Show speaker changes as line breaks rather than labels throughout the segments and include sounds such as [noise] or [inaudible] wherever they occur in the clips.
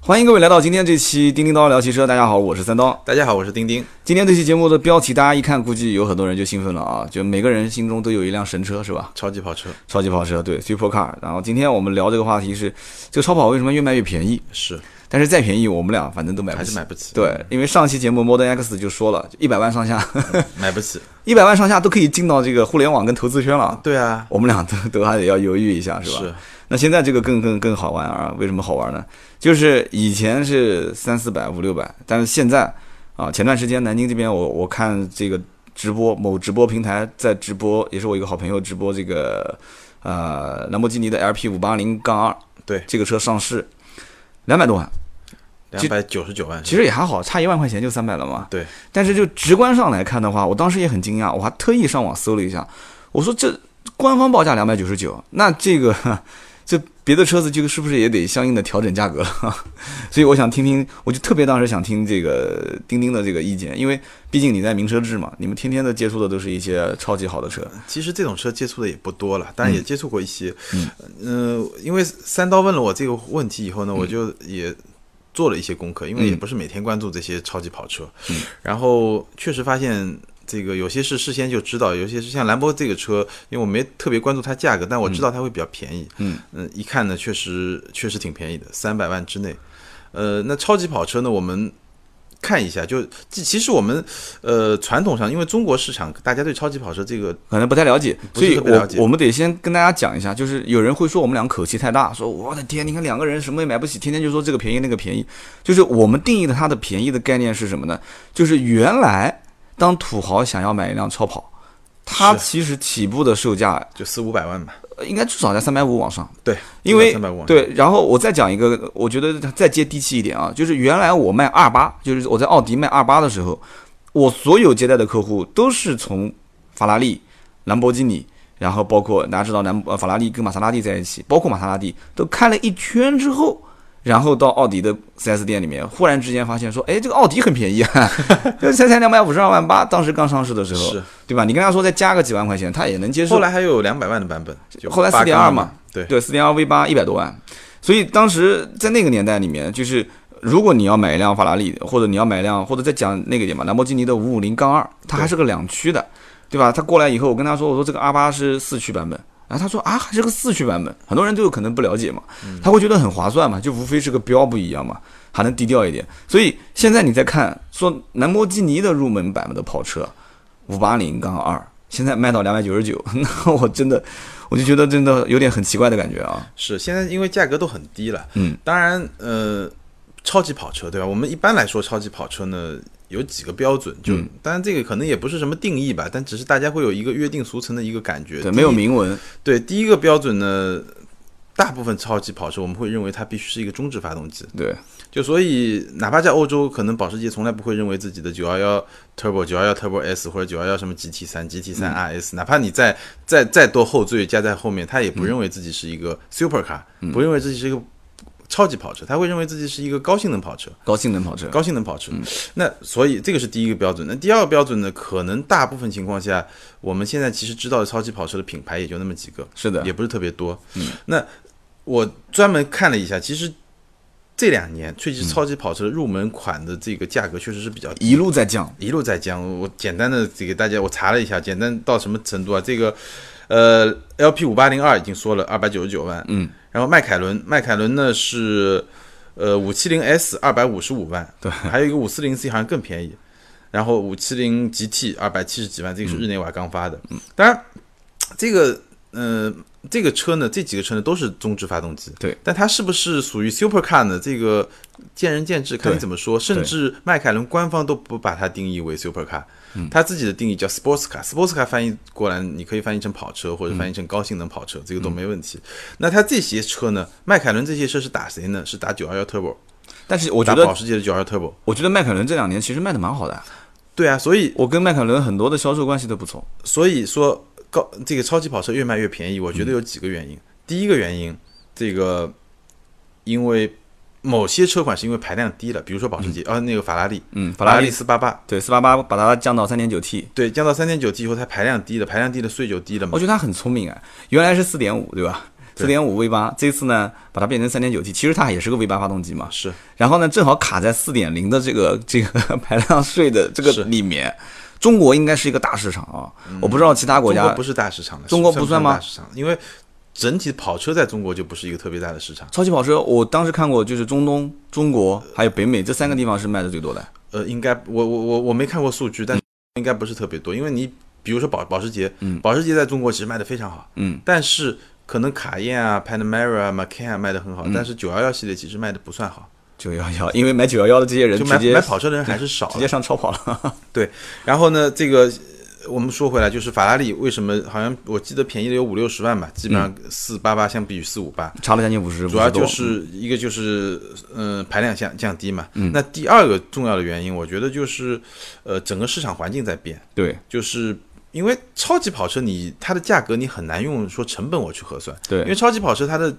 欢迎各位来到今天这期《叮叮叨叨聊汽车》，大家好，我是三刀。
大家好，我是丁丁。
今天这期节目的标题，大家一看，估计有很多人就兴奋了啊！就每个人心中都有一辆神车，是吧？
超级跑车
超级跑车，对，Super Car。然后今天我们聊这个话题是，这个超跑为什么越卖越便宜？
是
但是再便宜，我们俩反正都买不
还
起
是。买不起？
对，因为上期节目 Model X 就说了，一百万上下， [laughs]
买不起。
一百万上下都可以进到这个互联网跟投资圈了。
对啊，
我们俩都都还得要犹豫一下，是吧？
是
那现在这个更更更好玩啊！为什么好玩呢？就是以前是三四百、五六百，但是现在啊，前段时间南京这边我我看这个直播，某直播平台在直播，也是我一个好朋友直播这个呃兰博基尼的 LP 五八零杠二
对，
这个车上市，两百多万，
两百九十九万。
其实也还好，差一万块钱就三百了嘛。
对，
但是就直观上来看的话，我当时也很惊讶，我还特意上网搜了一下，我说这官方报价两百九十九，那这个 [laughs] 这别的车子这个是不是也得相应的调整价格了？ [laughs] 所以我想听听，我就特别当时想听这个钉钉的这个意见，因为毕竟你在名车志嘛，你们天天的接触的都是一些超级好的车，
其实这种车接触的也不多了，当然也接触过一些。嗯，呃因为三刀问了我这个问题以后呢，我就也做了一些功课，因为也不是每天关注这些超级跑车。然后确实发现。这个有些是事先就知道，有些是像兰博这个车，因为我没特别关注它价格，但我知道它会比较便宜。嗯一看呢，确实确实挺便宜的，三百万之内。呃，那超级跑车呢，我们看一下，就其其实我们呃传统上，因为中国市场大家对超级跑车这个
可能不太了解，
不
所
是
以
特别
我
了解
我们得先跟大家讲一下，就是有人会说我们俩口气太大，说我的天，你看两个人什么也买不起，天天就说这个便宜那个便宜，就是我们定义的它的便宜的概念是什么呢？就是原来当土豪想要买一辆超跑，它
是
其实起步的售价
就四五百万吧，
呃应该至少在三百五往上，
对，
因为
三百五万，
对，然后我再讲一个，我觉得再接地气一点啊，就是原来我卖二八，就是我在奥迪卖二八的时候，我所有接待的客户都是从法拉利、兰博基尼，然后包括大家知道兰呃法拉利跟玛莎拉蒂在一起，包括玛莎拉蒂都开了一圈之后。然后到奥迪的 4S 店里面，忽然之间发现说，哎，这个奥迪很便宜啊，就才才两百五十二万八，当时刚上市的时候，
是。
对吧？你跟他说再加个几万块钱，他也能接受。
后来还有两百万的版本，就
后来
八缸
4.2
的
嘛，
对，
对，四点二 V 八一百多万，所以当时在那个年代里面，就是如果你要买一辆法拉利，或者你要买一辆，或者再讲那个一点嘛，兰博基尼的五五零杠二，它还是个两驱的，对吧？他过来以后，我跟他说，我说这个 R 八是四驱版本。然后他说啊，还是个四驱版本，很多人都有可能不了解嘛，他会觉得很划算嘛，就无非是个标不一样嘛，还能低调一点。所以现在你再看，说兰博基尼的入门版的跑车，五八零杠二，现在卖到两百九十九， [laughs] 那我真的，我就觉得真的有点很奇怪的感觉啊。
是现在因为价格都很低了，
嗯，
当然呃，超级跑车对吧？我们一般来说超级跑车呢。有几个标准，就
嗯
当然这个可能也不是什么定义吧，但只是大家会有一个约定俗成的一个感觉。
对，
第
没有
一
明文，
对，第一个标准呢，大部分超级跑车我们会认为它必须是一个中置发动机。
对，
就所以，哪怕在欧洲，可能保时捷从来不会认为自己的911 Turbo、911 Turbo S 或者911什么 GT 3 GT 3 RS，、哪怕你再再再多后缀加在后面，他也不认为自己是一个 super car，、不认为自己是一个超级跑车，他会认为自己是一个高性能跑车。
高性能跑车，
高性能跑车。那所以这个是第一个标准。那第二个标准呢？可能大部分情况下，我们现在其实知道的超级跑车的品牌也就那么几个，
是的嗯
也不是特别多。那我专门看了一下，其实这两年确实超级跑车入门款的这个价格确实是比较低
一路在降，
一路在降。我简单的给大家，我查了一下，简单到什么程度啊？这个，呃，LP 五八零二已经说了二百九十九万，嗯，然后迈凯伦，迈凯伦呢是，呃，五七零 S 二百五十五万，对，还有一个五四零 C 好像更便宜，然后五七零 GT 二百七十几万，这个是日内瓦刚发的，嗯，当然这个，呃。这个车呢，这几个车呢都是中置发动机，
对，
但它是不是属于 supercar 呢？这个见仁见智，看你
对
怎么说。甚至迈凯伦官方都不把它定义为 supercar，它
嗯
自己的定义叫 sports car，sports car 翻译过来，你可以翻译成跑车或者翻译成高性能跑
嗯
车，这个都没问题。那它这些车呢，迈凯伦这些车是打谁呢？是打911 Turbo，
但是我觉
打保
得，
时捷的911 Turbo。
我觉得迈凯伦这两年其实卖的蛮好的，
对啊，所以
我跟迈凯伦很多的销售关系都不错，
所以说高这个超级跑车越卖越便宜，我
嗯
觉得有几个原因。第一个原因，这个因为某些车款是因为排量低了，比如说保时捷，啊，那个法拉利，
嗯，法
法
拉
拉
利
利四八八，
对四八八把它降到三点九 T，
对，降到三点九 T 以后，它排量低了，排量低了税就低了嘛
我。觉得它很聪明啊，原来是四点五对吧？四点五 V 八，这次呢把它变成三点九 T，其实它也是个 V 八发动机嘛。
哦是，
然后呢，正好卡在四点零的这个 [laughs] 这个排量税的这个
是嗯
里面。中国应该是一个大市场啊，我不知道其他国
中
家
国不是大市场的，
中国
不
不算吗
大市场，因为整体跑车在中国就不是一个特别大的市场。
超级跑车，我当时看过，就是中东、中国还有北美这三个地方是卖的最多的。
呃，应该我我我我没看过数据，但应该不是特别多，因为你比如说保保时捷，保时捷在中国其实卖的非常好，
嗯，
但是可能卡宴啊、Panamera 啊、Macan 啊卖的很
嗯
好，但是911系列其实卖的不算好，
九幺幺，因为买九幺幺的这些人
就
直
买
接
买跑车的人还是少
直
了
接。上超跑了。
对，然后呢，这个呃我们说回来，就是法拉利为什么好像我记得便宜了有五六十万吧，基本上
嗯
四八八相比于四五八，
差了将近五十，
主要
50多
就是一个就是嗯、呃排量降降低嘛。那第二个重要的原因，我觉得就是呃整个市场环境在变，
对
就是。因为超级跑车你它的价格你很难用说成本我去核算，
对
因为超级跑车它的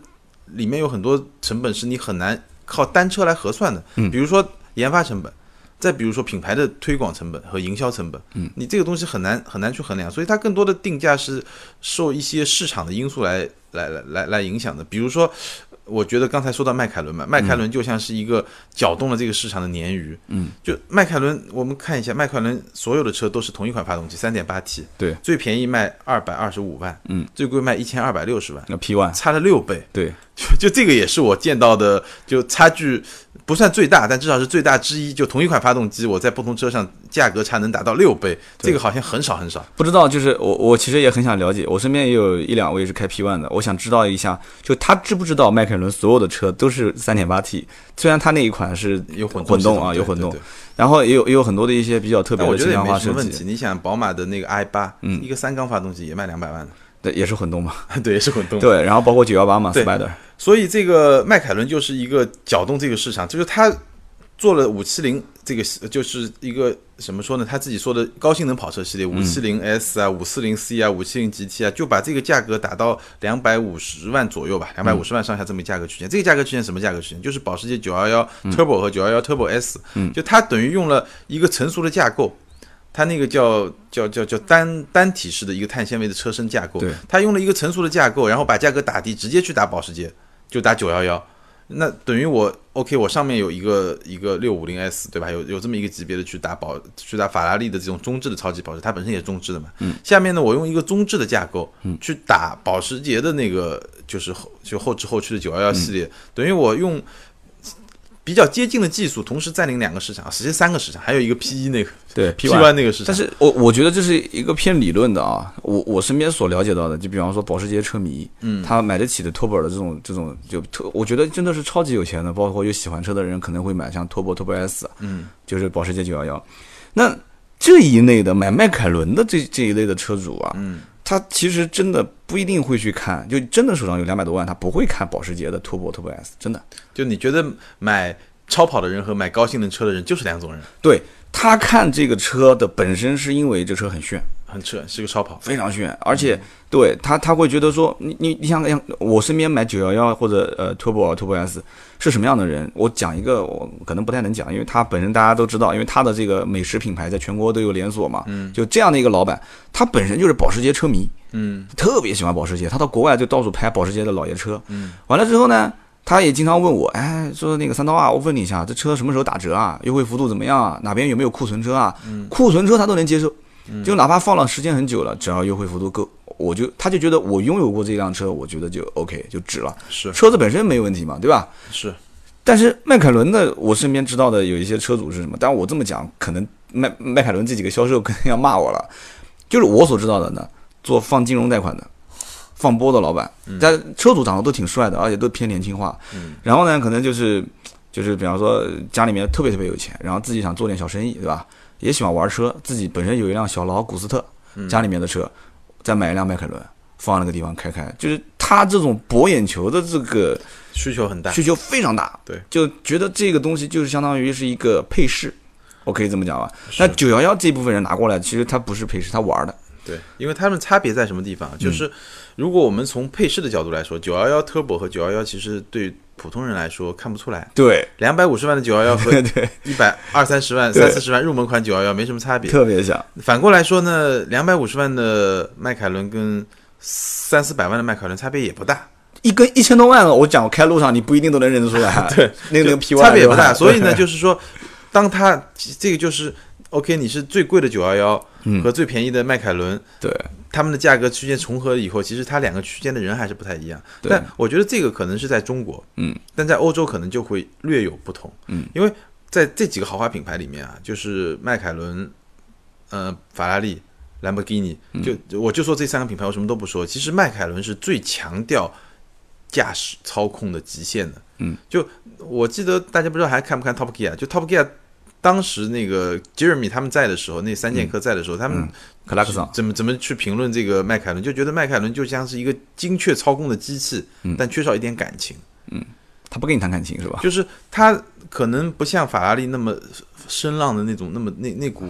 里面有很多成本是你很难靠单车来核算的，比如说研发成本，再比如说品牌的推广成本和营销成本，嗯，你这个东西很难很难去衡量，所以它更多的定价是受一些市场的因素来来来来来影响的，比如说。我觉得刚才说到迈凯伦嘛，迈凯伦就像是一个搅动了这个市场的鲶鱼。嗯，就迈凯伦，我们看一下，迈凯伦所有的车都是同一款发动机，三点八 T，
对，
最便宜卖二百二十五万，嗯，最贵卖一千二百六十万，
那 P one，
差了六倍。 [laughs]
对
就就这个也是我见到的，就差距不算最大，但至少是最大之一。就同一款发动机，我在不同车上价格差能达到六倍，这个好像很少很少。
不知道，就是我我其实也很想了解，我身边也有一两位是开 P one 的，我想知道一下，就他知不知道迈凯伦所有的车都是三点八 T，虽然他那一款是
有混
混
系统
动啊，
对
有混动
对对，
然后也有也有很多的一些比较特别
但我
的
觉
轻
得也
量化
没什
设
么问
计
题。，你想，宝马的那个 i 八，
嗯
一个三缸发动机也卖两百万了，
对，也是混动嘛，
[laughs] 对，也是混动。
对，然后包括九幺八嘛
对
，Spider，
所以这个迈凯伦就是一个搅动这个市场，就是他做了五七零这个就是一个怎么说呢？他自己说的高性能跑车系列，五七零 S 啊，五四零 C 啊，五七零 GT 啊，就把这个价格打到两百五十万左右吧，两百五十万上下这么一个价格区间。这个价格区间什么价格区间？就是保时捷九幺幺 Turbo 和九幺幺 Turbo S，就它等于用了一个成熟的架构。它那个叫叫叫叫单单体式的一个碳纤维的车身架构
对，
它用了一个成熟的架构，然后把价格打低，直接去打保时捷，就打九幺幺。那等于我 OK，我上面有一个一个六五零 S 对吧？有有这么一个级别的去打保去打法拉利的这种中置的超级保时，它本身也是中置的嘛。嗯。下面呢，我用一个中置的架构，嗯，去打保时捷的那个就是后就后置后驱的九幺幺系列，等于我用比较接近的技术，同时占领两个市场，实际三个市场，还有一个 P 一那个
对
P
，P one
one 那个市场。
但是我我觉得这是一个偏理论的啊，我我身边所了解到的，就比方说保时捷车迷，嗯，他买得起的托博尔的这种这种就特，我觉得真的是超级有钱的，包括有喜欢车的人可能会买像托博、托博 S，嗯，就是保时捷九幺幺。那这一类的买迈凯伦的这这一类的车主啊，嗯，他其实真的不一定会去看，就真的手上有两百多万，他不会看保时捷的托博、托博 S，真的。
就你觉得买超跑的人和买高性能车的人就是两种人，
对他看这个车的本身是因为这车很炫。
很扯，是个超跑。
非常炫，而且对他他会觉得说，你你你想想，我身边买九幺幺或者呃 Turbo Turbo S 是什么样的人？我讲一个，我可能不太能讲，因为他本身大家都知道，因为他的这个美食品牌在全国都有连锁嘛，嗯，就这样的一个老板，他本身就是保时捷车迷，嗯，特别喜欢保时捷，他到国外就到处拍保时捷的老爷车，嗯，完了之后呢。他也经常问我，哎，说那个三刀啊，我问你一下，这车什么时候打折啊？优惠幅度怎么样啊？哪边有没有库存车啊？库存车他都能接受，就哪怕放了时间很久了，只要优惠幅度够，我就他就觉得我拥有过这辆车，我觉得就 OK 就值了。
是
车子本身没问题嘛，对吧？
是，
但是迈凯伦的，我身边知道的有一些车主是什么？当然我这么讲，可能迈迈凯伦这几个销售可能要骂我了。 [laughs] 就是我所知道的呢，做放金融贷款的，放波的老板，但车主长得都挺帅的，而且都偏年轻化。然后呢，可能就是就是比方说家里面特别特别有钱，然后自己想做点小生意，对吧？也喜欢玩车，自己本身有一辆小老古斯特，家里面的车，再买一辆迈凯伦，放那个地方开开，就是他这种博眼球的这个。
需求很大。
需求非常大，
对，
就觉得这个东西就是相当于是一个配饰，我可以这么讲吧。那九幺幺这部分人拿过来，其实它不是配饰，他玩的，
对，因为它们差别在什么地方？啊就是如果我们从配饰的角度来说，九幺幺 Turbo 和九幺幺其实对普通人来说看不出来。
[laughs] 对，
两百五十万的九幺幺和
[laughs]
一百二三十万、
对
三四十万入门款九幺幺没什么差别。
特别像，
反过来说呢，两百五十万的迈凯伦跟三四百万的迈凯伦差别也不大。
一根一千多万，我讲我开路上你不一定都能认得出来。
[laughs] 对，
[laughs] 那个那个
就
P
差别也不大。
大，
所以呢，
对
就是说，当它这个就是 OK，你是最贵的九幺幺
嗯
和最便宜的迈凯伦，
对
他们的价格区间重合以后，其实它两个区间的人还是不太一样。
对
但我觉得这个可能是在中国，
嗯，
但在欧洲可能就会略有不同，
嗯，
因为在这几个豪华品牌里面啊，就是迈凯伦、呃，法拉利、兰博基尼，
嗯
就就我就说这三个品牌，我什么都不说。其实迈凯伦是最强调驾驶操控的极限的，
嗯，
就我记得大家不知道还看不看 Top Gear，就 Top Gear。当时那个 Jeremy 他们在的时候，那三剑客在的时候，他们
克拉克桑，
怎么怎么去评论这个迈凯伦，就觉得迈凯伦就像是一个精确操控的机器，但缺少一点感情，
他不跟你谈感情是吧？
就是它可能不像法拉利那么声浪的那种，那么那那股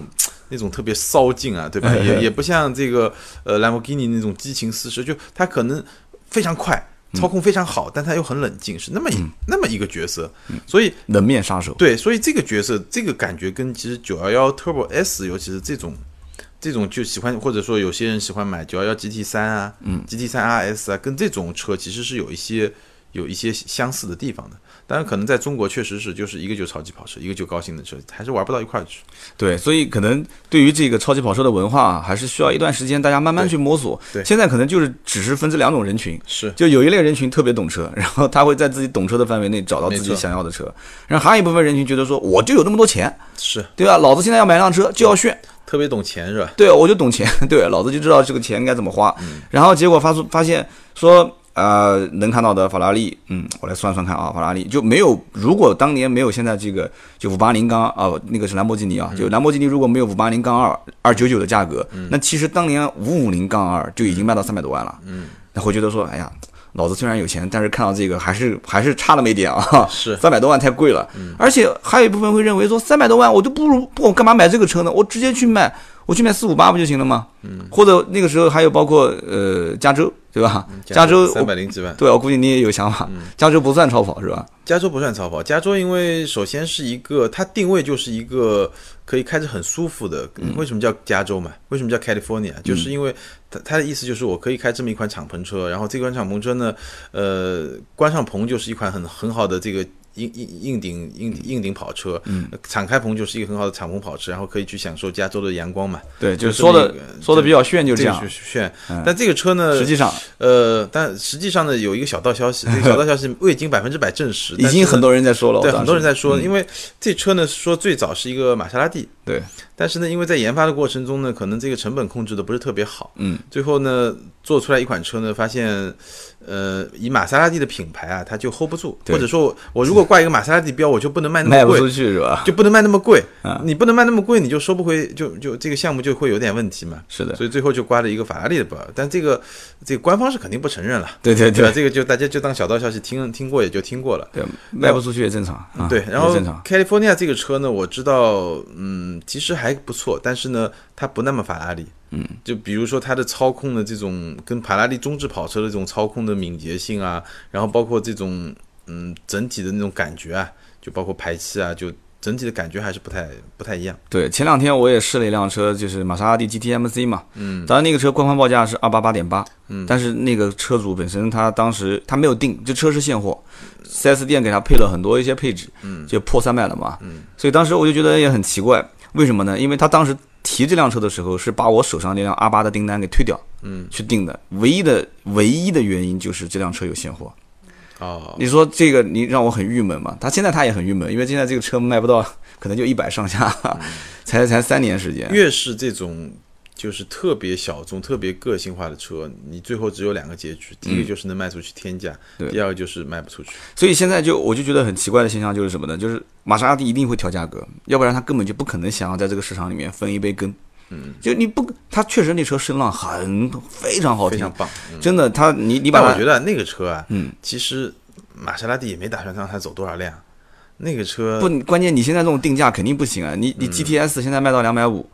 那种特别骚劲啊，对吧？也也不像这个呃兰博基尼那种激情四射，就它可能非常快，操控非常好，但它又很冷静，是那么一那么一个角色，所以
冷面杀手，
对，所以这个角色这个感觉跟其实九幺幺 Turbo S，尤其是这种这种就喜欢或者说有些人喜欢买九幺幺 GT 三啊，嗯，GT 三 RS 啊，跟这种车其实是有一些有一些相似的地方的。当然，可能在中国确实是就是一个就超级跑车，一个就高性能车，还是玩不到一块儿去。
对，所以可能对于这个超级跑车的文化啊，还是需要一段时间大家慢慢去摸索。
对对
现在可能就是只是分这两种人群，
是
就有一类人群特别懂车， [laughs] 然后他会在自己懂车的范围内找到自
没
己
错
想要的车，然后还有一部分人群觉得说我就有那么多钱，
是，
对吧？老子现在要买辆车就要炫，
特别懂钱是吧？
对，我就懂钱， [laughs] 对，老子就知道这个钱该怎么花。
嗯
然后结果发出发现说，呃，能看到的法拉利，嗯，我来算算看啊，法拉利就没有，如果当年没有现在这个就五八零杠啊，那个是兰博基尼
嗯
啊，就兰博基尼如果没有五八零杠二二九九的价格，那其实当年五五零杠二就已经卖到三百多万了。嗯，那会觉得说，哎呀。老子虽然有钱，但是看到这个还是还是差那么一点啊，
是嗯
三百多万太贵了。而且还有一部分会认为说，三百多万我就不如我干嘛买这个车呢？我直接去买我去买四五八不就行了吗？嗯，或者那个时候还有包括呃加州对吧？ [laughs] 加州
嗯三
我
百嗯零几万，
对我估计你也有想法，加州不算超跑是吧？
加州不算超跑，加州因为首先是一个它定位就是一个可以开着很舒服的，
嗯
为什么叫加州嘛？为什么叫 California？就是因为它它的意思就是我可以开这么一款敞篷车，然后这款敞篷车呢，呃，关上棚就是一款很很好的这个。硬硬硬顶硬顶硬顶跑车，
嗯
呃敞开棚就是一个很好的敞篷跑车，然后可以去享受加州的阳光嘛，
对，就是
这
说
么一
的
个
说的比较炫，就
这
这
个
样嗯
去。炫。但这个车呢，
实际上
呃，但实际上呢，有一个小道消息，这个小道消息未经百分之百证实，
已经很多人在说了，
对，
我当时嗯
很多人在说，因为这车呢说最早是一个玛莎拉蒂，
对，
但是呢，因为在研发的过程中呢，可能这个成本控制的不是特别好，
嗯，
最后呢做出来一款车呢，发现，呃，以玛莎拉蒂的品牌啊，它就 hold 不住，
对
或者说我我如果挂一个玛莎拉蒂标，我就不能卖那
卖不
么贵
出。去是吧？
就不能卖那么贵
啊，
你不能卖那么贵，你就收不回，就就这个项目就会有点问题嘛。
是的，
所以最后就挂了一个法拉利的标，但这个这个官方是肯定不承认了，
对对
对吧？
对
这个就大家就当小道消息听听过也就听过了。
对，卖不出去也正常啊，
对，然后
也正常。
California 这个车呢，我知道，嗯，其实还不错，但是呢，它不那么法拉利，嗯，就比如说它的操控的这种跟法拉利中置跑车的这种操控的敏捷性啊，然后包括这种嗯整体的那种感觉啊，就包括排气啊，就整体的感觉还是不太不太一样。
对，前两天我也试了一辆车，就是玛莎拉蒂 GTMC 嘛，嗯，当然那个车官方报价是二八八点八，嗯，但是那个车主本身他当时他没有定，这车是现货，4S 店给他配了很多一些配置，嗯，就破三百了嘛，嗯，所以当时我就觉得也很奇怪，为什么呢？因为他当时提这辆车的时候是把我手上那辆二八的订单给退掉，嗯，去定的，唯一的唯一的原因就是这辆车有现货，
哦，
你说这个你让我很郁闷嘛？他现在他也很郁闷，因为现在这个车卖不到，可能就一百上下，
嗯
[laughs] 才才三年时间。
越是这种。就是特别小众、特别个性化的车，你最后只有两个结局，第一个就是能卖出去天价，
嗯对
第二个就是卖不出去。
所以现在就我就觉得很奇怪的现象就是什么呢？就是玛莎拉蒂一定会调价格，要不然他根本就不可能想要在这个市场里面分一杯羹。嗯，就你不，他确实那车声浪很非常好
非常
听，
棒，嗯
真的，他你你把
但我
它
觉得那个车啊，
嗯，
其实玛莎拉蒂也没打算让它走多少辆，那个车
不，关键你现在这种定价肯定不行啊！你
嗯
你 GTS 现在卖到两百五，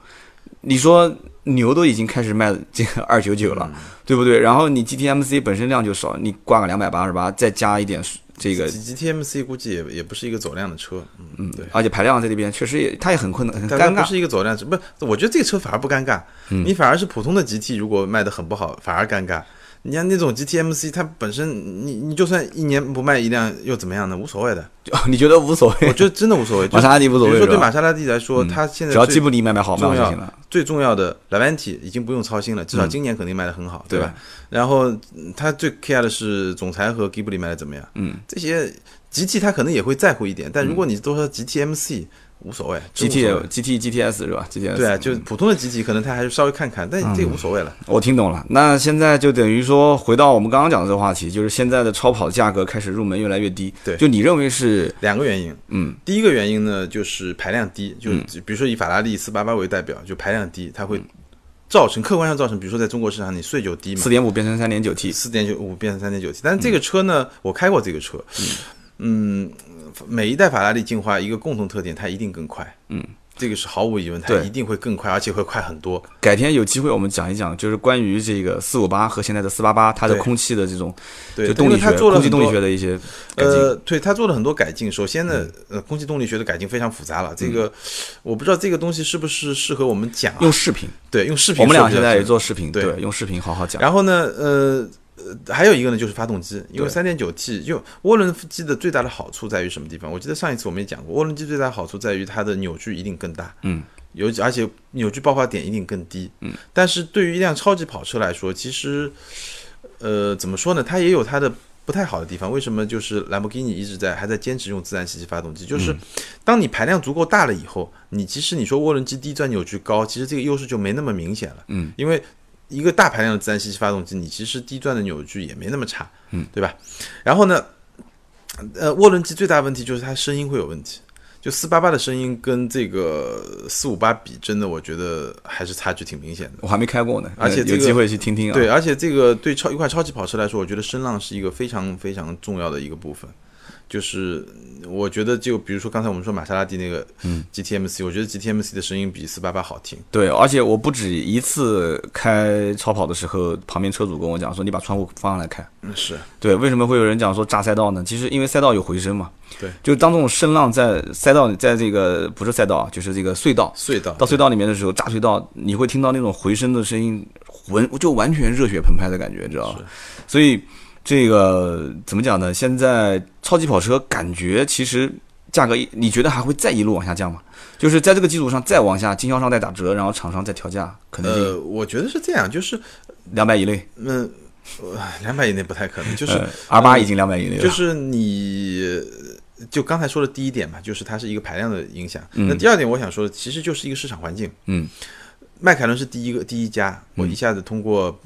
你说牛都已经开始卖这个 [laughs] 二九九了，
嗯
对不对？然后你 GTMC 本身量就少，你挂个两百八十八，再加一点这个，
G T M C 估计也也不是一个走量的车，嗯，对。
而且排量在这边确实也，它也很困难，很
但它
尴
不
尬。嗯
是一个走量车，不是，我觉得这个车反而不尴尬，你反而是普通的 GT 如果卖的很不好，反而尴尬。你像那种 GTMC，它本身你你就算一年不卖一辆又怎么样呢？无所谓的，
就 [laughs] 你觉得无所谓
我？觉得真的无所谓。就
玛莎拉蒂无所谓
比如
是
说对
吧
玛莎拉蒂来说，
嗯
它现在
只要
最
吉布力卖卖好卖好
重
就
要
行了。
最重要的 Lavanti 已经不用操心了，
嗯
至少今年肯定卖得很好，对吧？然后嗯他最 care 的是总裁和 Ghibli 卖的怎么样，
嗯，
这些 GT 他可能也会在乎一点，但如果你都说 GTMC 无所谓真无所
GT
谓
GT GTS 是吧？GTS
对啊，就普通的 GT 可能他还是稍微看看，但
嗯
这个无所谓了。
我听懂了，那现在就等于说，回到我们刚刚讲的这个话题，就是现在的超跑价格开始入门越来越低。
对
就你认为是，
两个原因，
嗯，
第一个原因呢就是排量低，就比如说以法拉利四八八为代表，就排量低，它会
嗯
造成客观上造成，比如说在中国市场你税就低嘛
四，点五变成三点九 T，
四点九五变成三点九 T，但是这个车呢，我开过这个车，嗯，每一代法拉利进化一个共同特点，它一定更快，
嗯，
这个是毫无疑问，它
对
一定会更快，而且会快很多。
改天有机会我们讲一讲，就是关于这个四五八和现在的四八八，它的
对
空气的这种
对，
就
因
动
为
力
它
学、
做了
空气
很
动力
多
学的一些改进。嗯
呃，对，它做了很多改进。首先呢，呃，空气动力学的改进非常复杂了，这个我不知道这个东西是不是适合我们讲啊，
用视频，
对，用视频
我们
说
俩
比
现
较
在也
准
做视频，
对
对，用视频好好讲。
然后呢，呃。呃，还有一个呢，就是发动机，因为
对
三点九 T 就涡轮机的最大的好处在于什么地方？我记得上一次我们也讲过，涡轮机最大的好处在于它的扭矩一定更大，
嗯，
尤其而且扭矩爆发点一定更低，嗯。但是对于一辆超级跑车来说，其实，呃，怎么说呢？它也有它的不太好的地方。为什么？就是兰博基尼一直在还在坚持用自然吸气发动机，
嗯
就是当你排量足够大了以后，你其实你说涡轮机低转扭矩高，其实这个优势就没那么明显了，
嗯，
因为一个大排量的自然吸气发动机，你其实低转的扭矩也没那么差，嗯，对吧？然后呢，呃，涡轮机最大问题就是它声音会有问题。就四八八的声音跟这个四五八比，真的我觉得还是差距挺明显的。
我还没开过呢，
而且
呃
这
有
个
机会去听听啊。
对，，而且这个对超一款超级跑车来说，我觉得声浪是一个非常非常重要的一个部分。就是嗯我觉得，就比如说刚才我们说玛莎拉蒂那个 GTMC，、我觉得 GTMC 的声音比四八八好听。
对，而且我不止一次开超跑的时候，旁边车主跟我讲说，你把窗户放上来开。
嗯，是
对，为什么会有人讲说炸赛道呢？其实因为赛道有回声嘛。
对，
就当这种声浪在赛道，在这个不是赛道啊，就是这个隧道，
隧道
到隧道里面的时候，炸隧道，你会听到那种回声的声音，闻就完全热血澎湃的感觉，知道吧？所以这个怎么讲呢？现在超级跑车感觉其实价格一，你觉得还会再一路往下降吗？就是在这个基础上再往下，经销商再打折，然后厂商再调价，可能性
呃，我觉得是这样，就是
两百以内，
嗯，两百以内不太可能，就是、
R 八已经两百以内了，
呃就是你就刚才说的第一点嘛，就是它是一个排量的影响。那第二点，我想说的其实就是一个市场环境。
嗯，
迈凯伦是第一个第一家，我一下子通过、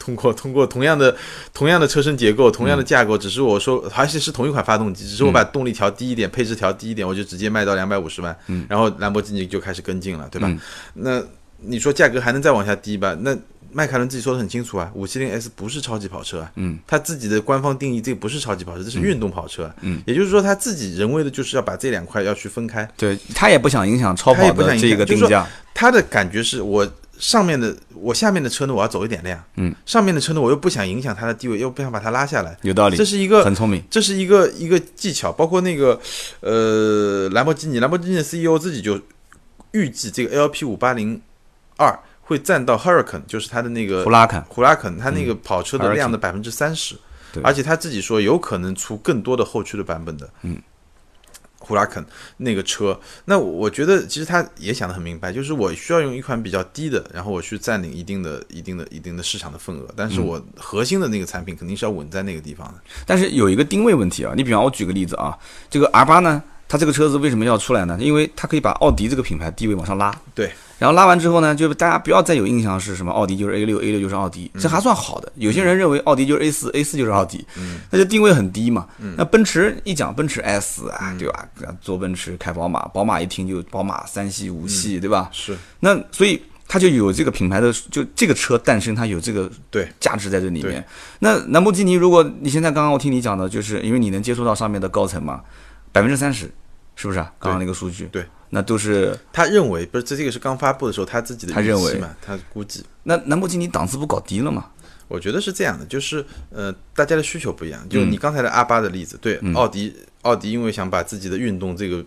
通过通过同样的同样的车身结构、同样的架构，只是我说而且是同一款发动机，只是我把动力调低一点，配置调低一点，我就直接卖到两百五十万，然后兰博基尼就开始跟进了，对吧？那你说价格还能再往下低吧？那迈凯伦自己说的很清楚啊，五七零 S 不是超级跑车啊，
嗯，
他自己的官方定义这个不是超级跑车，这是运动跑车啊，嗯，也就是说他自己人为的就是要把这两块要去分开，
对他也不想影响超
他
跑
也不想
的
影
这
响
个
就
定
是说
价，
他的感觉是我上面的我下面的车呢，我要走一点量，嗯，上面的车呢，我又不想影响它的地位，又不想把它拉下来，
有道理
这，是一个
很聪明。
这是一个一个技巧，包括那个呃，兰博基尼，兰博基尼的 CEO 自己就预计这个 LP 五八零二会占到 Hurricane，就是它的那个
胡拉肯，
胡拉肯，它那个跑车的
Hurricane
量的百分之三十
对，
而且他自己说有可能出更多的后驱的版本的，嗯，胡拉肯那个车，那我我觉得其实他也想得很明白，就是我需要用一款比较低的，然后我去占领一定的、一定的、一定的市场的份额，但是我核心的那个产品肯定是要稳在那个地方的，
但是有一个定位问题啊，你比方我举个例子啊，这个 R 八呢，它这个车子为什么要出来呢？因为它可以把奥迪这个品牌地位往上拉，
对，
然后拉完之后呢，就大家不要再有印象是什么奥迪就是 A 六，A 六就是奥迪，这还算好的。有些人认为奥迪就是 A 四，A 四就是奥迪，那就定位很低嘛。那奔驰一讲奔驰 S 啊，对吧？坐奔驰开宝马，宝马一听就宝马三系、五系，对吧？
是
那所以它就有这个品牌的，就这个车诞生，它有这个
对
价值在这里面
对。
那兰博基尼，如果你现在刚刚我听你讲的，就是因为你能接触到上面的高层嘛，百分之三十，是不是啊？刚刚那个数据，
对，
那都是
他认为不是这这个是刚发布的时候他自己的
他认
预期
为
嘛，他估计。
那兰博基尼档次不搞低了嘛？
我觉得是这样的，就是呃，大家的
嗯
需求不一样。就你刚才的阿巴的例子，对，奥迪，奥迪因为想把自己的运动这个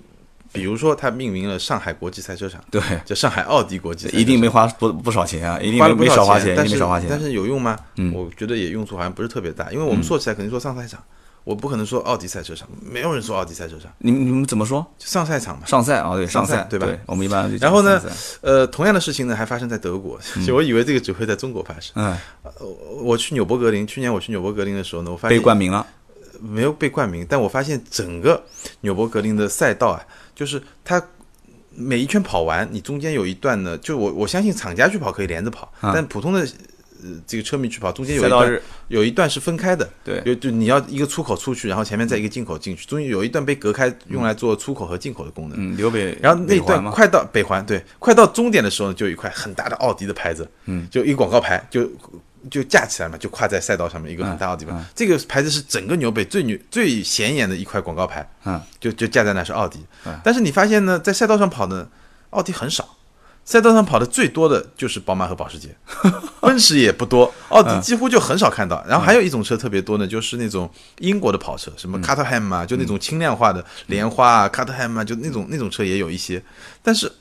比如说，它命名了上海国际赛车场，
对，
叫上海奥迪国际赛车场，
一定没花不不少钱啊，一定
花
没
了不
没少花
少
钱，一
但
定没
是
少花钱。嗯
但是有用吗？我觉得也用处好像不是特别大，因为我们说起来肯定说上赛场，我不可能说奥迪赛车场，没有人说奥迪赛车场，
你们你们怎么说？
就上赛场嘛。
上赛啊，对，上
上赛
赛
对吧
我们一般就
然后呢
讲上赛
呃，同样的事情呢还发生在德国，我以为这个只会在中国发生。
嗯，
呃我去纽博格林，去年我去纽博格林的时候呢，我发
被
现
冠名了，
没有被冠名，但我发现整个纽博格林的赛道啊，就是它每一圈跑完，你中间有一段呢，就我我相信厂家去跑可以连着跑，
嗯
但普通的呃这个车迷去跑，中间有
赛
一
道
段
日，
有一段是分开的，
对
有就你要一个出口出去，然后前面再一个进口进去，中间有一段被隔开，用来做出口和进口的功能。
嗯，刘北，
然后那
北环
段
嘛，
快到北环，对，快到终点的时候呢，就有一块很大的奥迪的牌子，嗯，就一个广告牌，就就架起来嘛，就挂在赛道上面一个很大奥迪牌。
嗯
这个牌子是整个纽北最牛最显眼的一块广告牌，
嗯，
就就架在那是奥迪。但是你发现呢，在赛道上跑呢，奥迪很少。赛道上跑的最多的就是宝马和保时捷，
[laughs]
奔驰也不多，奥
嗯
迪哦几乎就很少看到。然后还有一种车特别多呢，就是那种英国的跑车，
嗯
什么卡特汉姆啊，就那种轻量化的莲花啊，卡特汉
嗯
姆啊，就那种那种车也有一些。但是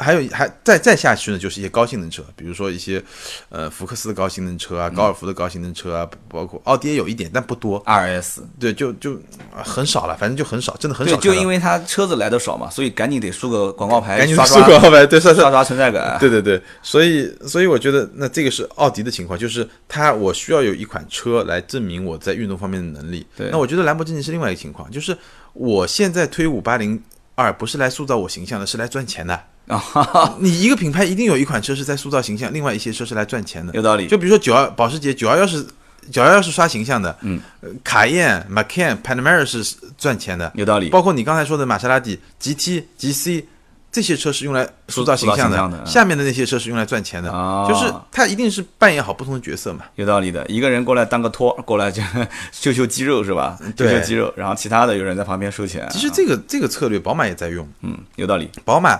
还有还再再下去呢，就是一些高性能车，比如说一些呃福克斯的高性能
嗯
车啊，高尔夫的高性能车啊，包括奥迪也有一点，但不多。
RS，
对，就就呃很少了，反正就很少，真的很
对
少看，到。
就因为他车子来的少嘛，所以赶紧得竖个广告牌，
赶紧
刷
速
刷
广告牌， [laughs] 对，算算
刷刷存在感。
[laughs] 对对对，所以所以我觉得那这个是奥迪的情况，就是它我需要有一款车来证明我在运动方面的能力。
对
那我觉得兰博基尼是另外一个情况，就是我现在推五八零二不是来塑造我形象的，是来赚钱的。
[laughs] 啊，哈哈，
你一个品牌一定有一款车是在塑造形象，另外一些车是来赚钱的。
有道理。
就比如说九幺保时捷九幺幺是九幺幺是刷形象的，嗯，卡宴、Macan、Panamera 是赚钱的，
有道理，
包括你刚才说的玛莎拉蒂 GT、GC 这些车是用来塑造形
塑造
象
形象
的，
的嗯
下面的那些车是用来赚钱的，
哦
就是它一定是扮演好不同的角色嘛。
有道理的。一个人过来当个托，过来就 [laughs] 秀秀肌肉是吧？秀
对
秀肌肉，然后其他的有人在旁边收钱。
其实这个这个策略，宝马也在用。
嗯，有道理。
宝马，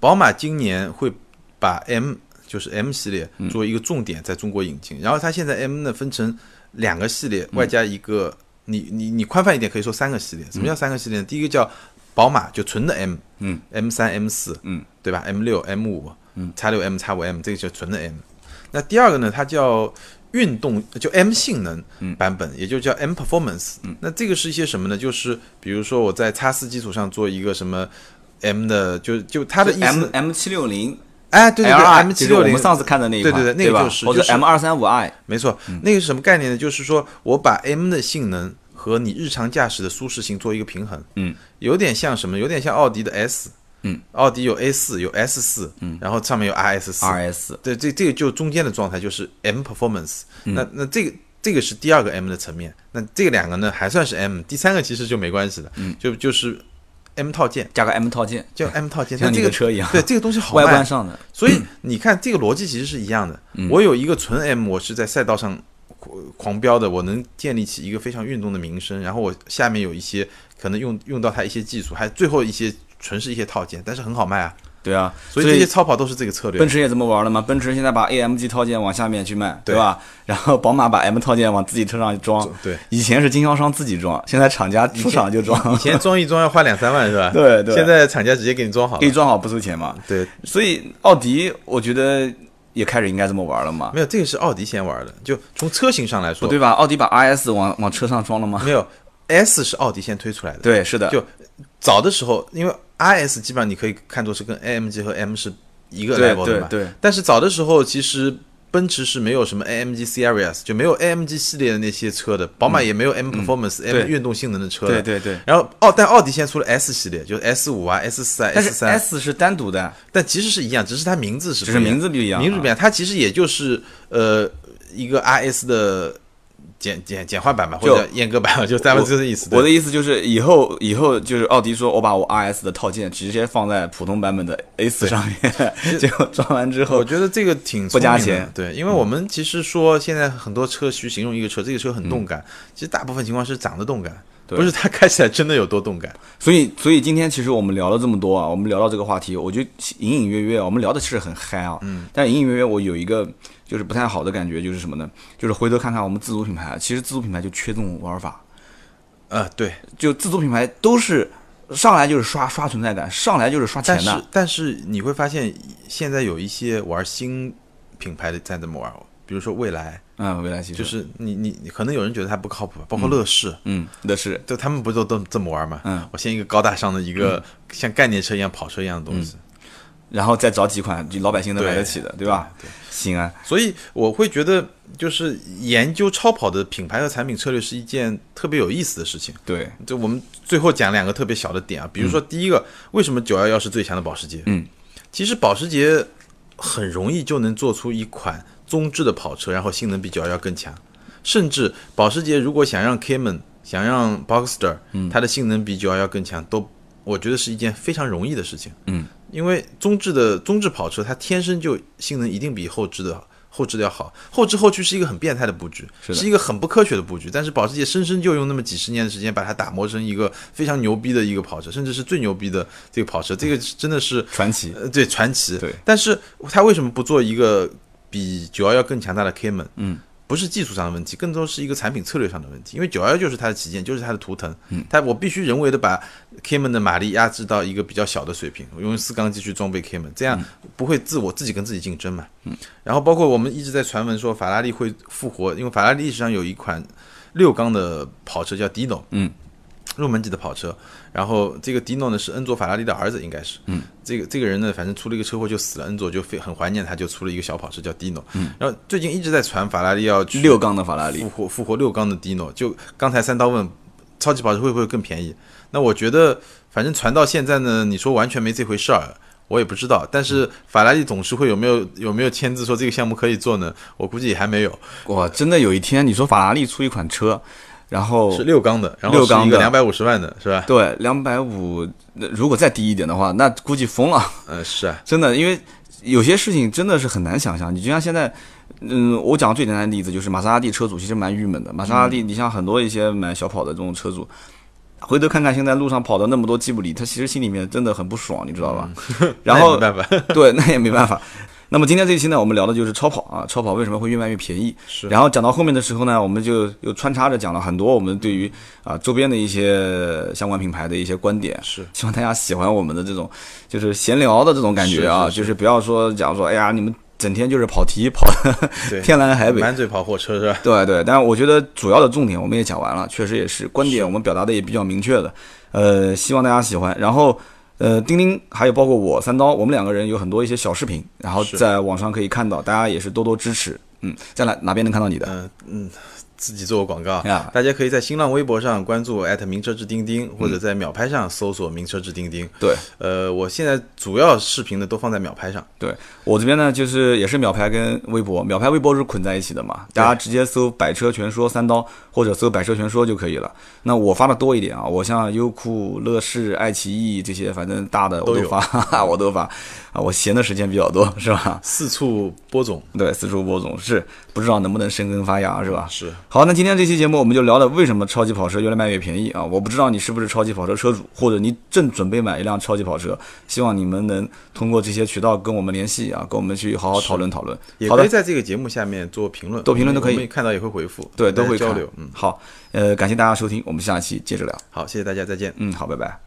宝马今年会把 M 就是 M 系列
嗯
作为一个重点在中国引进，然后它现在 M 呢分成两个系
嗯
列，外加一个、你你你宽泛一点可以说三个系列。什么叫三个系列呢？第一个叫宝马，就纯的 M，
嗯
，M 三、M 四，
嗯，
对吧？M 六、M 五，嗯，X 六、M、X 五、M 这个就纯的 M。那第二个呢，它叫运动，就 M 性
嗯
能版本，也就叫 M Performance。那这个是一些什么呢？就是比如说我在 X 四基础上做一个什么 M 的，就就它的意
M
思，
M M，M 七六零
哎，对对对
L
，M
I，
七
就是
六
我
零
们，上次看嗯的那一款，
对对对那个
吧
就是
或者
就是
M 二三五 I，
没错，那个是什么概念呢？就是说我把 M 的性能和你日常驾驶的舒适性做一个平衡，
嗯，
有点像什么？有点像奥迪的 S，
嗯，
奥迪有 A 四，有 S 四，嗯，然后上面有 RS 四
RS，
对，这这个就中间的状态就是 M performance、那
嗯
那这个这个是第二个 M 的层面，那这两个呢还算是 M，第三个其实就没关系了，
嗯
就就是 M 套件，
加个 M 套件，
叫 M 套件。
像
那
你
这
的
个
车一样
对这个东西好
[laughs] 外观
卖，
上的，
所以你看这个逻辑其实是一样的。
嗯
我有一个纯 M，我是在赛道上狂狂飙的，我能建立起一个非常运动的名声，然后我下面有一些可能用用到它一些技术，还最后一些纯是一些套件，但是很好卖啊。
对啊，
所以这些超跑都是这个策略
奔。驰也这么玩了嘛？奔驰现在把 AMG 套件往下面去卖，
对
对吧？然后宝马把 M 套件往自己车上装，
对，
以前是经销商自己装，现在厂家出厂就装
以，前装一装要花两三万是吧？
对对
现在厂家直接给你装好
给你
了。
装好不收钱嘛。
对，
所以奥迪，我觉得也开始应该这么玩了嘛，
没有这个是奥迪先玩的，就从车型上来
不
说，
对吧？奥迪把 RS 往往车上装了吗？
没有 S 是奥迪先推出来的。，
对，是的，
就早的时候，因为 RS 基本上你可以看作是跟 AMG 和 M 是一个
对
level 的
对
嘛。
对，
但是早的时候，其实奔驰是没有什么 AMG Series，就没有 AMG 系列的那些车的，宝马也没有 M Performance、
嗯对
M 运动性能的车的。
对对对。
然后奥，但奥迪先出了 S 系列，就是 S 五啊、S 四啊、
但是
S 三，啊
S 是单独的，
但其实是一样，只是它名字是
只
不
是
一样
名字不一样啊，
民主变，它其实也就是呃一个 RS 的简简简化版吧，或
就
者阉割版吧，就三分之一的意思。
我的
对
意思就是，以后以后就是奥迪说，我把我 RS 的套件直接放在普通版本的 A 4上
[laughs]
面，结果装完之
我
后，
觉得这个挺
呃不加
聪明的
钱嗯
对，因为我们其实说现在很多车去形容一个车，这个车很动感，其实大部分情况是长得动感，
嗯对
不是它开起来真的有多动感。
所以所以今天其实我们聊了这么多啊，我们聊到这个话题，我觉得隐隐约约啊我们聊的是很嗨啊，嗯，但隐隐约约我有一个就是不太好的感觉，就是什么呢？就是回头看看我们自主品牌，其实自主品牌就缺这种玩法，
呃，对，
就自主品牌都是上来就是刷刷存在感，上来就是刷钱
但是
的。
但是你会发现，现在有一些玩新品牌的在这么玩，比如说蔚来，
嗯，未来汽车
就是你你你可能有人觉得它不靠谱，包括乐视，
嗯，那是
就他们不都都这么玩吗？
嗯，
我先一个高大上的一个像概念车一样跑车一样的东西，
然后再找几款就老百姓能买
对
得起的，对吧？行啊，
所以我会觉得，就是研究超跑的品牌和产品策略是一件特别有意思的事情。
对，
就我们最后讲两个特别小的点啊，比如说第一个，为什么九幺幺是最强的保时捷？
嗯，
其实保时捷很容易就能做出一款中置的跑车，然后性能比九幺幺更强，甚至保时捷如果想让 Cayman、想让 Boxster，、它的性能比九幺幺更强，都我觉得是一件非常容易的事情。
嗯，
因为中置的中置跑车，它天生就性能一定比后置的。后置的要好，后置后驱是一个很变态的布局，
是的
一个很不科学的布局。但是保时捷深深就用那么几十年的时间，把它打磨成一个非常牛逼的一个跑车，甚至是最牛逼的这个跑车。这个是真的是
传奇，
呃，对，传奇。
对，
但是他为什么不做一个比九幺幺更强大的 Cayman？
嗯，
不是技术上的问题，更多是一个产品策略上的问题。因为九幺幺就是它的旗舰，就是它的图腾，嗯，它我必须人为的把 Cayman 的马力压制到一个比较小的水平，我用四缸机去装备 Cayman，这样
嗯
不会自我自己跟自己竞争嘛。嗯，然后包括我们一直在传闻说法拉利会复活，因为法拉利历史上有一款六缸的跑车叫 Dino，
嗯。
入门级的跑车，然后这个 Dino 呢是恩佐法拉利的儿子，应该是，嗯，这个这个人呢，反正出了一个车祸就死了，恩佐就非很怀念他，就出了一个小跑车叫 Dino，嗯，然后最近一直在传法拉利要去
六缸的法拉利
复，活复活六缸的 Dino，就刚才三刀问，超级跑车会不会更便宜？那我觉得，反正传到现在呢，你说完全没这回事儿，我也不知道。但
嗯
是法拉利董事会有没有有没有签字说这个项目可以做呢？我估计也还没有，
哇，真的有一天你说法拉利出一款车，然后
是六缸的，然
哦
后
六
是
缸
一个
的
两百五十万的，是吧？
对两百五，那如果再低一点的话，那估计疯了。
嗯，是啊，
真的，因为有些事情真的是很难想象。你就像现在，嗯，我讲最简单的例子就是玛莎拉蒂车主其实蛮郁闷的。玛莎拉蒂，你像很多一些买小跑的这种车主，回头看看现在路上跑的那么多吉普力，他其实心里面真的很不爽，你知道吧？ [laughs] 然
嗯 [laughs] 那也
后
没办法，
对，那也没办法。那么今天这一期呢，我们聊的就是超跑啊，超跑为什么会越卖越便宜？
是
然后讲到后面的时候呢，我们就又穿插着讲了很多我们对于啊周边的一些相关品牌的一些观点。
是
希望大家喜欢我们的这种就是闲聊的这种感觉啊，
是是是
就是不要说讲说哎呀你们整天就是跑题跑 [laughs] 的
对
天南海北。
满嘴跑火车是吧？
对对，但是我觉得主要的重点我们也讲完了，确实也是观点我们表达的也比较明确的，呃，希望大家喜欢。然后，呃，丁丁还有包括我三刀，我们两个人有很多一些小视频，然后
是
在网上可以看到，大家也是多多支持。嗯，在哪哪边能看到你的？
嗯嗯，自己做个广告
啊
大家可以在新浪微博上关注名车志钉钉，或者在秒拍上搜索名车志钉钉。
对
呃，我现在主要视频呢都放在秒拍上，
对，我这边呢就是也是秒拍跟微博，秒拍微博是捆在一起的嘛，大家直接搜“百车全说三刀”或者搜“百车全说”就可以了。那我发的多一点啊，我像优酷、乐视、爱奇艺这些，反正大的我
都
都
有
发， [laughs] 哈哈，我都发啊，我闲的时间比较多，是吧？
四处播种
对，四处播种是不知道能不能生根发芽，是吧？
是。
好，那今天这期节目我们就聊了为什么超级跑车越来卖越便宜啊！我不知道你是不是超级跑车车主，或者你正准备买一辆超级跑车，希望你们能通过这些渠道跟我们联系啊，跟我们去好好讨论讨论。
也
好
可以
的，
在这个节目下面做评论，
做评论都可以
我们看到也会回复，
对，都
大家
会
交
看
流。嗯，，
好，呃，感谢大家收听，我们下期接着聊。
好，谢谢大家，再见。
嗯，好，拜拜。